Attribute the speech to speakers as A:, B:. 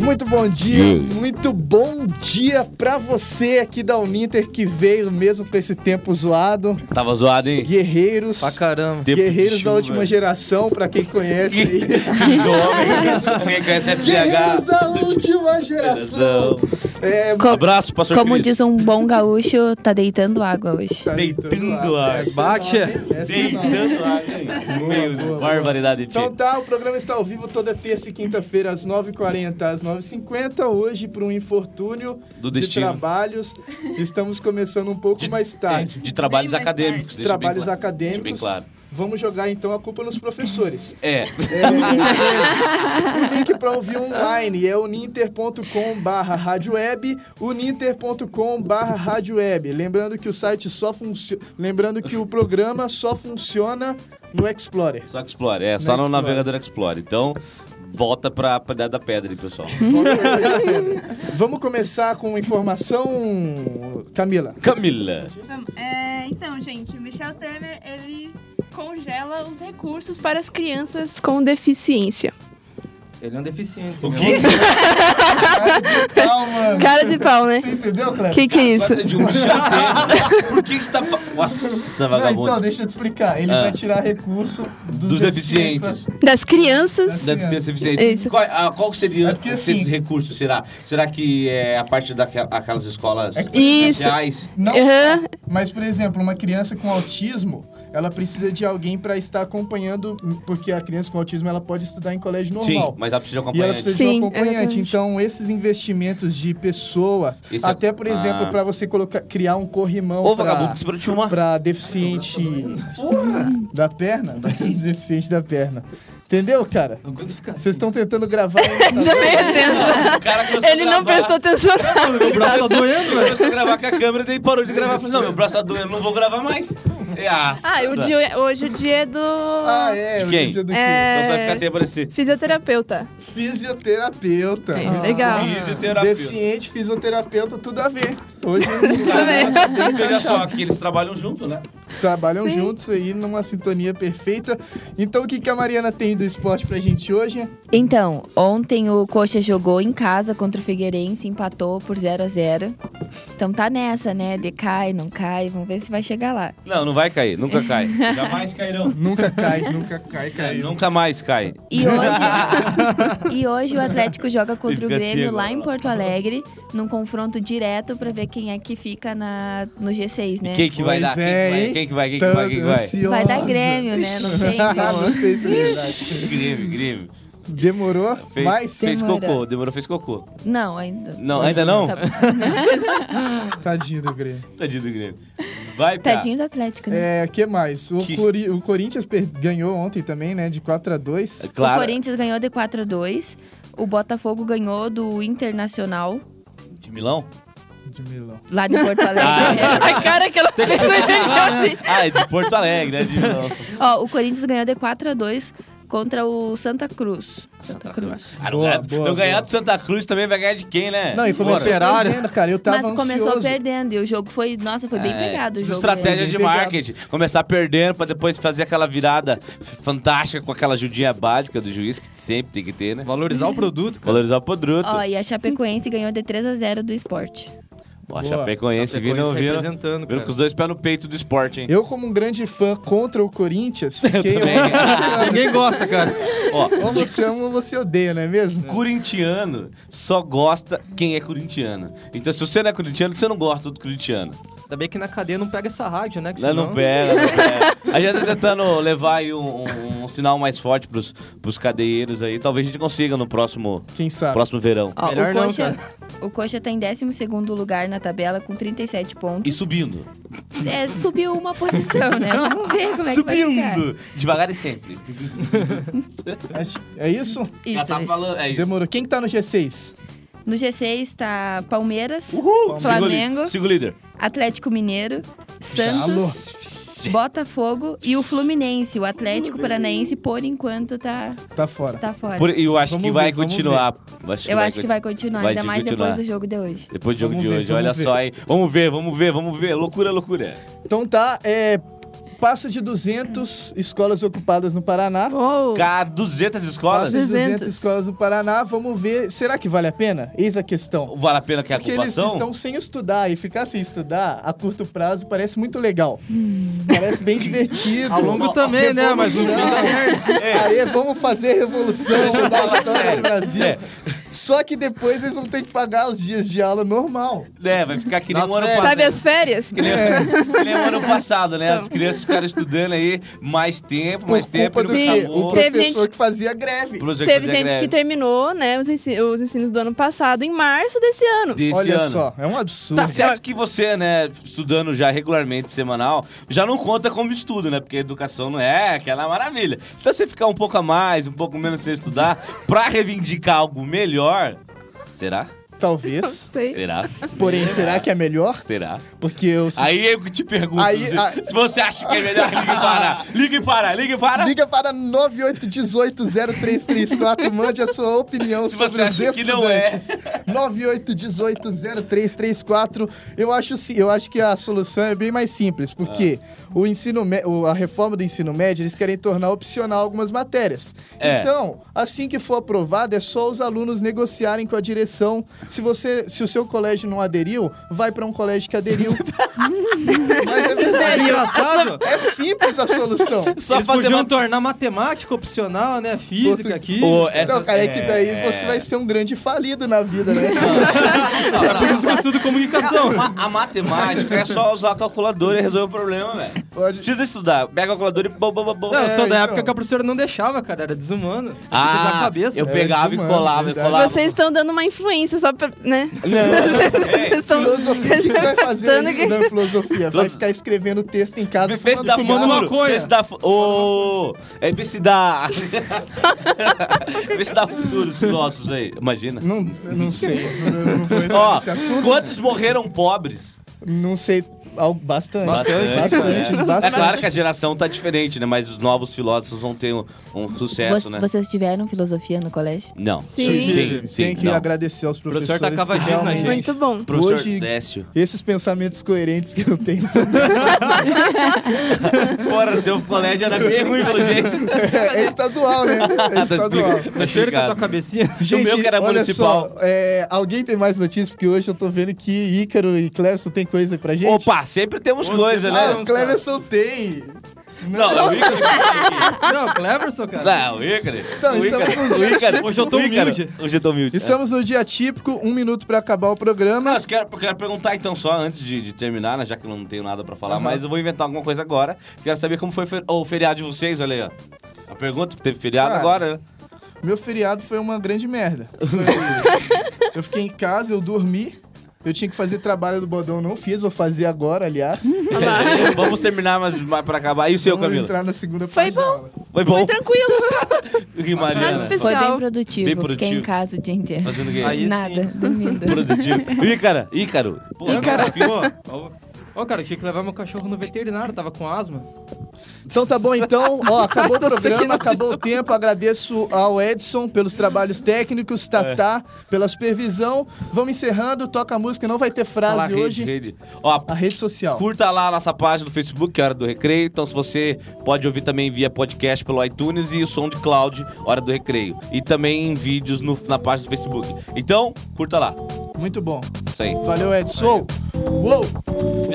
A: Muito bom dia, muito bom dia pra você aqui da Uninter que veio mesmo com esse tempo zoado.
B: Tava zoado, hein?
A: Guerreiros.
C: Pra caramba.
B: Tempo de
A: Guerreiros da
B: chuva.
A: última geração, pra quem conhece. aí.
B: Filho do homem. Quem conhece é
A: Guerreiros
B: FDH.
A: da última geração. É,
D: Co-
B: Abraço, pastor
D: como
B: Cris.
D: diz um bom gaúcho, tá deitando água hoje.
A: tá
B: Deitando
A: lá.
B: lá.
A: Essa
C: Bate.
A: é nova, hein? Essa é nova.
B: Deitando lá, hein? Meio barbaridade de
A: Então tá, o programa está ao vivo toda terça e quinta-feira, às 9h40, às 9h50. Hoje, por um infortúnio
B: Do
A: de
B: destino.
A: trabalhos, estamos começando um pouco mais tarde.
B: É, De trabalhos
E: Bem mais
B: acadêmicos. deixa bem
A: trabalhos
B: claro.
A: acadêmicos.
B: Deixa bem claro.
A: Vamos jogar então a culpa nos professores.
B: É.
A: O link para ouvir online é uninter.com/barra rádio web, uninter.com/barra rádio web. Lembrando que o site só funciona, lembrando que o programa só funciona no Explorer.
B: Só que explore. É, só
A: No
B: no,
A: Explorer.
B: navegador Explore. Então, volta pra Pedra da Pedra aí, pessoal.
D: Uhum.
A: Vamos começar com informação, Camila.
B: Camila.
E: Vamos. É, então, gente, Michel Temer, ele congela os recursos para as crianças com deficiência.
C: Ele é um deficiente.
B: O
C: meu.
B: quê?
A: Calma.
D: Cara de pau, né?
A: Você entendeu, Cleber?
D: Que que é isso?
B: Bota de um chanteiro. Por que que você tá... fa- Nossa,
A: Não,
B: vagabundo.
A: então, deixa eu te explicar. Ele
B: Ah.
A: vai tirar recurso dos,
B: Dos deficientes.
A: pra-
D: Das crianças.
B: Da deficiência deficiente.
D: É Isso.
B: Qual, ah, qual seria
A: É porque,
B: esses
A: assim-
B: recursos? Será? Será que é a parte daquelas aquelas escolas
D: Isso.
B: sociais?
A: Não
D: Aham.
A: Mas, por exemplo, uma criança com autismo, ela precisa de alguém para estar acompanhando, porque a criança com autismo ela pode estudar em colégio normal.
B: Sim, mas ela precisa
A: E
B: acompanhar.
A: ela precisa de
D: Sim,
A: um acompanhante.
D: exatamente.
A: Então, esses investimentos de pessoas,
B: Isso é-
A: até por exemplo,
B: Ah.
A: para você colocar, criar um corrimão
B: Ô,
A: pra-
B: vagabundo, que pra te uma.
A: pra deficiente da perna, pra deficiente da perna. Entendeu, cara?
C: Não aguento ficar
A: Vocês estão tentando gravar. tá
D: Também é tenso.
B: O cara começou a
D: Ele não
B: gravar.
D: prestou atenção.
C: O braço tá doendo,
B: Ele
C: velho.
B: começou a gravar com a câmera, daí parou de gravar. Falei, não, meu braço tá doendo, não vou gravar mais. É, Nossa.
E: Ah, e o dia, hoje o dia é do
A: ah, é.
B: De
A: hoje
B: quem?
A: em dia do quê?
B: Então
E: É.
B: você vai ficar sem aparecer.
E: fisioterapeuta.
D: É.
A: Fisioterapeuta.
B: Ah.
E: Legal.
B: Fisioterapeuta.
A: Deficiente, fisioterapeuta, tudo a ver. Hoje
D: Tá
B: Olha só, que eles trabalham junto, né?
A: trabalham juntos aí numa sintonia perfeita. Então, o que, que a Mariana tem do esporte pra gente hoje?
D: Então, ontem o Coxa jogou em casa contra o Figueirense, empatou por 0 a 0 Então tá nessa, né? Decai, não cai, vamos ver se vai chegar lá.
B: Não, não vai cair, nunca cai. Jamais cairão.
A: Nunca cai, nunca cai, caiu.
B: Nunca mais cai.
D: E hoje, e hoje o Atlético joga
B: Ele
D: contra o
B: fica assim
D: Grêmio
B: agora,
D: lá em
B: lá.
D: Porto Alegre, num confronto direto pra ver quem é que fica na, no G6, né?
B: Quem que vai
A: Pois
B: dar? Quem
A: é,
B: que vai?
A: hein? assim.
B: Quem que vai? Quem que vai? Quem que vai?
D: Vai dar Grêmio, né? Não tem
A: Não
D: como.
A: sei se é verdade.
B: Grêmio, Grêmio.
A: Demorou,
B: Fez,
A: mas
B: fez
D: Demora.
B: cocô, demorou, fez cocô.
D: Não, ainda.
B: Não, ainda não?
D: Tá-
A: tadinho do Grêmio.
B: Tadinho do Grêmio. Vai, Piá.
D: Tadinho do Atlético, né?
A: É, que mais? O,
B: Que-
A: Cori- o Corinthians per- ganhou ontem também, né? De 4 a 2
D: O
B: É Claro.
D: Corinthians ganhou de 4 a 2 o Botafogo ganhou do Internacional,
B: De Milão? É.
A: de Milão.
D: lá de Porto Alegre. Essa cara que ela fez, eu entendi.
B: Ah, é de Porto Alegre, né? De Milão.
D: Ó, o Corinthians ganhou de 4 a 2 contra o Santa Cruz. Santa Cruz.
B: Ah, não
A: Boa,
B: ganhar-
A: boa,
B: não ganhar
A: boa.
B: do Santa Cruz também vai ganhar de quem, né?
A: É. Não, e começou
B: Bora.
C: Operário.
A: perdendo, tá cara. Eu tava
D: Mas começou
A: ansioso.
D: perdendo e o jogo foi, nossa, foi bem
B: É,
D: pegado o
B: tudo
D: jogo.
B: estratégia
D: né?
B: de
A: Bem pegado.
B: marketing. Começar perdendo pra depois fazer aquela virada f- fantástica com aquela ajudinha básica do juiz, que sempre tem que ter, né?
C: Valorizar o produto, cara.
B: Valorizar o podruto.
D: Ó, e a Chapecoense ganhou de 3 a 0 do esporte.
B: Ó, a
A: Boa.
B: Chapecoense viram,
C: Chapecoense
B: viram,
C: representando,
B: né? viram
C: cara.
B: com os dois pés no peito do esporte, hein?
A: Eu, como um grande fã contra o Corinthians, fiquei.
C: Ninguém gosta, cara.
B: Ó,
A: Ou você ama ou você odeia, não é mesmo?
B: corintiano só gosta quem é corintiano. Então, se você não é corintiano, você não gosta do corintiano. Né?
C: Ainda bem que na cadeia não pega essa rádio, né? Que
B: Não, não pega, não pega. A gente tá tentando levar aí um, um- um sinal mais forte pros, pros cadeieiros aí. Talvez a gente consiga no próximo,
A: Quem sabe?
B: próximo verão.
D: Ó,
C: Melhor
D: o
C: não,
D: Coxa, o Coxa tá em 12º lugar na tabela com 37 pontos.
B: E subindo.
D: É, subiu uma posição, né? Vamos ver como é que vai ficar.
B: subindo! Devagar e sempre.
A: Acho- É isso?
B: Ela
D: Isso,
B: tá
D: isso.
B: falando. É isso.
A: Demorou. Quem que tá no G6?
D: No G6 tá Palmeiras,
B: Uhul!
D: Flamengo.
B: Siga o líder.
D: Atlético Mineiro,
A: Alô?
D: Santos, Botafogo e o Fluminense. O Atlético Paranaense, por enquanto, tá,
A: Tá fora.
D: tá fora.
B: Por- eu acho
A: Vamos
B: que vai
A: ver, vamos
B: continuar.
D: Eu acho que vai continuar,
B: vai
D: ainda mais
B: continuar.
D: depois do jogo de hoje.
B: Depois do jogo
A: Vamos
B: de
A: ver,
B: hoje, olha
A: vamos ver.
B: só, hein? Vamos ver, vamos ver, vamos ver. Loucura, loucura.
A: Então tá, é. Passa de 200 escolas ocupadas no Paraná.
E: Uou.
B: Cá, 200 escolas?
A: Passa de 200
E: 200.
A: escolas no Paraná. Vamos ver. Será que vale a pena? Eis a questão.
B: Vale a pena que é a
A: Porque eles
B: ocupação?
A: estão sem estudar e ficar sem estudar a curto prazo parece muito legal.
B: Hum.
A: Parece bem divertido.
C: A longo também, né? Mas o
A: Revolução.
B: É.
A: Aí vamos fazer revolução, mudar a história do Brasil.
B: É.
A: Só que depois eles vão ter que pagar os dias de aula normal.
B: É, vai ficar que nem
C: Nossa,
B: um ano
C: velho.
B: passado.
E: Sabe as Então. férias?
B: Que nem, que nem o ano passado, né? As crianças ficaram estudando aí mais tempo, mais
A: por
B: tempo,
A: culpa do
B: e não
E: Sim,
A: que
B: acabou.
A: o
E: Teve
A: professor
E: gente-
A: que fazia greve.
B: Projeto
E: Teve
B: de
E: gente
B: greve
E: que terminou, né, os, ensi- os ensinos do ano passado em março desse ano.
B: desse
A: Olha
B: ano.
A: só, é um absurdo.
B: Tá certo que você, né, estudando já regularmente, semanal, já não conta como estudo, né? Porque educação não é aquela maravilha. Então você ficar um pouco a mais, um pouco menos sem estudar, pra reivindicar algo melhor, será? Tá
E: Não
A: Talvez.
E: sei.
B: Será?
A: Porém, será que é melhor?
B: Será?
A: Porque eu.
B: Aí eu te pergunto,
A: Aí,
B: se,
A: a-
B: se você acha que é melhor, ligue para. Ligue para, ligue para.
A: Liga para 98180334, mande a sua opinião
B: Se
A: sobre
B: você
A: os
B: acha que não é.
A: estudantes. 98180334. Eu acho si- eu acho que a solução é bem mais simples, porque
B: Ah.
A: o ensino mé- o- a reforma do ensino médio, eles querem tornar opcional algumas matérias.
B: É.
A: Então, assim que for aprovado, é só os alunos negociarem com a direção. Se você se o seu colégio não aderiu, vai para um colégio que aderiu. Mas é
C: é
A: verdade.
C: engraçado.
A: É simples a solução.
B: Só
C: Eles
B: fazer
C: podiam
B: uma...
C: tornar matemática opcional, né?
A: Portu-
C: Física aqui.
B: Ô, essa-
A: Então, cara, é que daí
B: é.
A: você vai ser um grande falido na vida, né? Você vai ser-
C: É por isso que eu estudo comunicação.
B: Ma- A matemática é só usar a calculadora e resolver o problema, velho.
A: Pode...
B: Precisa estudar, pega a calculadora e bom, bom, bom, bom.
C: Não, eu sou da
A: então.
C: época que a professora não deixava, cara. Era desumano. Você tinha que usar
B: Ah,
C: a cabeça.
B: eu
A: É,
B: pegava e
A: desumano,
B: colava, eu
A: verdade.
B: colava.
E: Vocês estão dando uma influência só pra, né?
B: Ei,
E: Estão-
A: Filosofia, o que você vai fazer aí
E: Tanto que-
A: estudando filosofia? Vai ficar escrevendo texto em casa
B: Vê se dá
A: cigarro?
B: fumando maconha.
C: maconha.
B: Vê se dá... fu- Ô... É, vê se dá... vê se dá futuros nossos aí. Imagina.
A: Não, eu não sei. Eu Não, eu não vou entrar
B: Ó,
A: nesse assunto.
B: quantos morreram pobres?
A: Não sei. al- Bastante.
C: Bastante,
A: Bastante.
B: né?
A: bastante.
B: É claro que a geração tá diferente, né? Mas os novos filósofos vão ter um, um sucesso,
D: Vo-
B: né?
D: Vocês tiveram filosofia no colégio?
B: Não.
E: Sim.
B: sim, sim,
A: Tem que
B: não.
A: agradecer aos
C: Professor
A: professores.
C: tacava
A: que
C: giz na
B: né,
A: realmente-
C: gente.
E: Muito bom.
B: Professor
A: Hoje-
B: Décio.
A: Esses pensamentos coerentes que eu tenho são
B: Fora, teu colégio era bem ruim, pelo jeito.
A: é, é estadual, né? É
B: Tá
A: estadual.
B: explicado. Tá
C: O cheiro da tua
B: explicado.
C: cabecinha.
A: Gente,
B: meu que era
A: olha
B: municipal.
A: só, é, alguém tem mais notícias? Porque hoje eu tô vendo que Ícaro e Cleverson tem coisa pra gente.
B: Opa, sempre temos
C: Você
B: coisa,
A: Ah,
B: né?
A: o Cleverson tem!
B: Não, é o Ícaro.
C: Não, Cleverson, cara.
B: Não, o Ícaro.
A: Então,
B: o
A: estamos
B: Ícaro.
A: num dia
B: o Ícaro.
C: Hoje eu tô
B: o Ícaro.
C: humilde.
B: Hoje eu tô humilde. é.
A: Estamos no dia típico, um minuto pra acabar o
B: Não,
A: programa.
B: eu quero, eu quero perguntar então só, antes de, de terminar, né, já que eu não tenho nada pra falar,
A: Aham.
B: mas eu vou inventar alguma coisa agora. Quero saber como foi fe- o feriado de vocês, olha aí, ó. A pergunta, teve feriado
A: Cara.
B: agora, né?
A: Meu feriado foi uma grande merda. Foi- eu fiquei em casa, eu dormi. Eu tinha que fazer trabalho do Bodão, não fiz, vou fazer agora, aliás.
B: Vamos terminar, mas mais pra acabar. E o seu,
A: Vamos
B: Camilo?
A: entrar na segunda
E: Foi
A: página.
B: Foi bom?
E: Foi tranquilo.
B: E Mariana?
E: Nada especial.
D: Foi bem
E: Tchau.
D: produtivo.
B: Bem produtivo.
D: Fiquei em casa o dia inteiro.
B: Fazendo o quê?
C: Aí sim.
D: Nada, dormindo.
B: Produtivo. Ícaro, Ícaro. Pô,
C: Ícaro. Ô, ô, cara, eu tinha que levar meu cachorro no veterinário, tava com asma.
A: Então tá bom, então. Ó, acabou o programa, acabou o tempo. Agradeço ao Edson pelos trabalhos técnicos,
B: É.
A: Tatá pela supervisão. Vamos encerrando, toca a música, não vai ter
B: Falar
A: frase
B: rede,
A: hoje.
B: rede. Ó,
A: A rede social.
B: Curta lá a nossa página do Facebook, que é Hora do Recreio. Então, se você pode ouvir também via podcast pelo iTunes e o som de cloud, Hora do Recreio. E também em vídeos no- na página do Facebook. Então, curta lá.
A: Muito bom.
B: Isso aí. é
A: Valeu, Edson. Uou!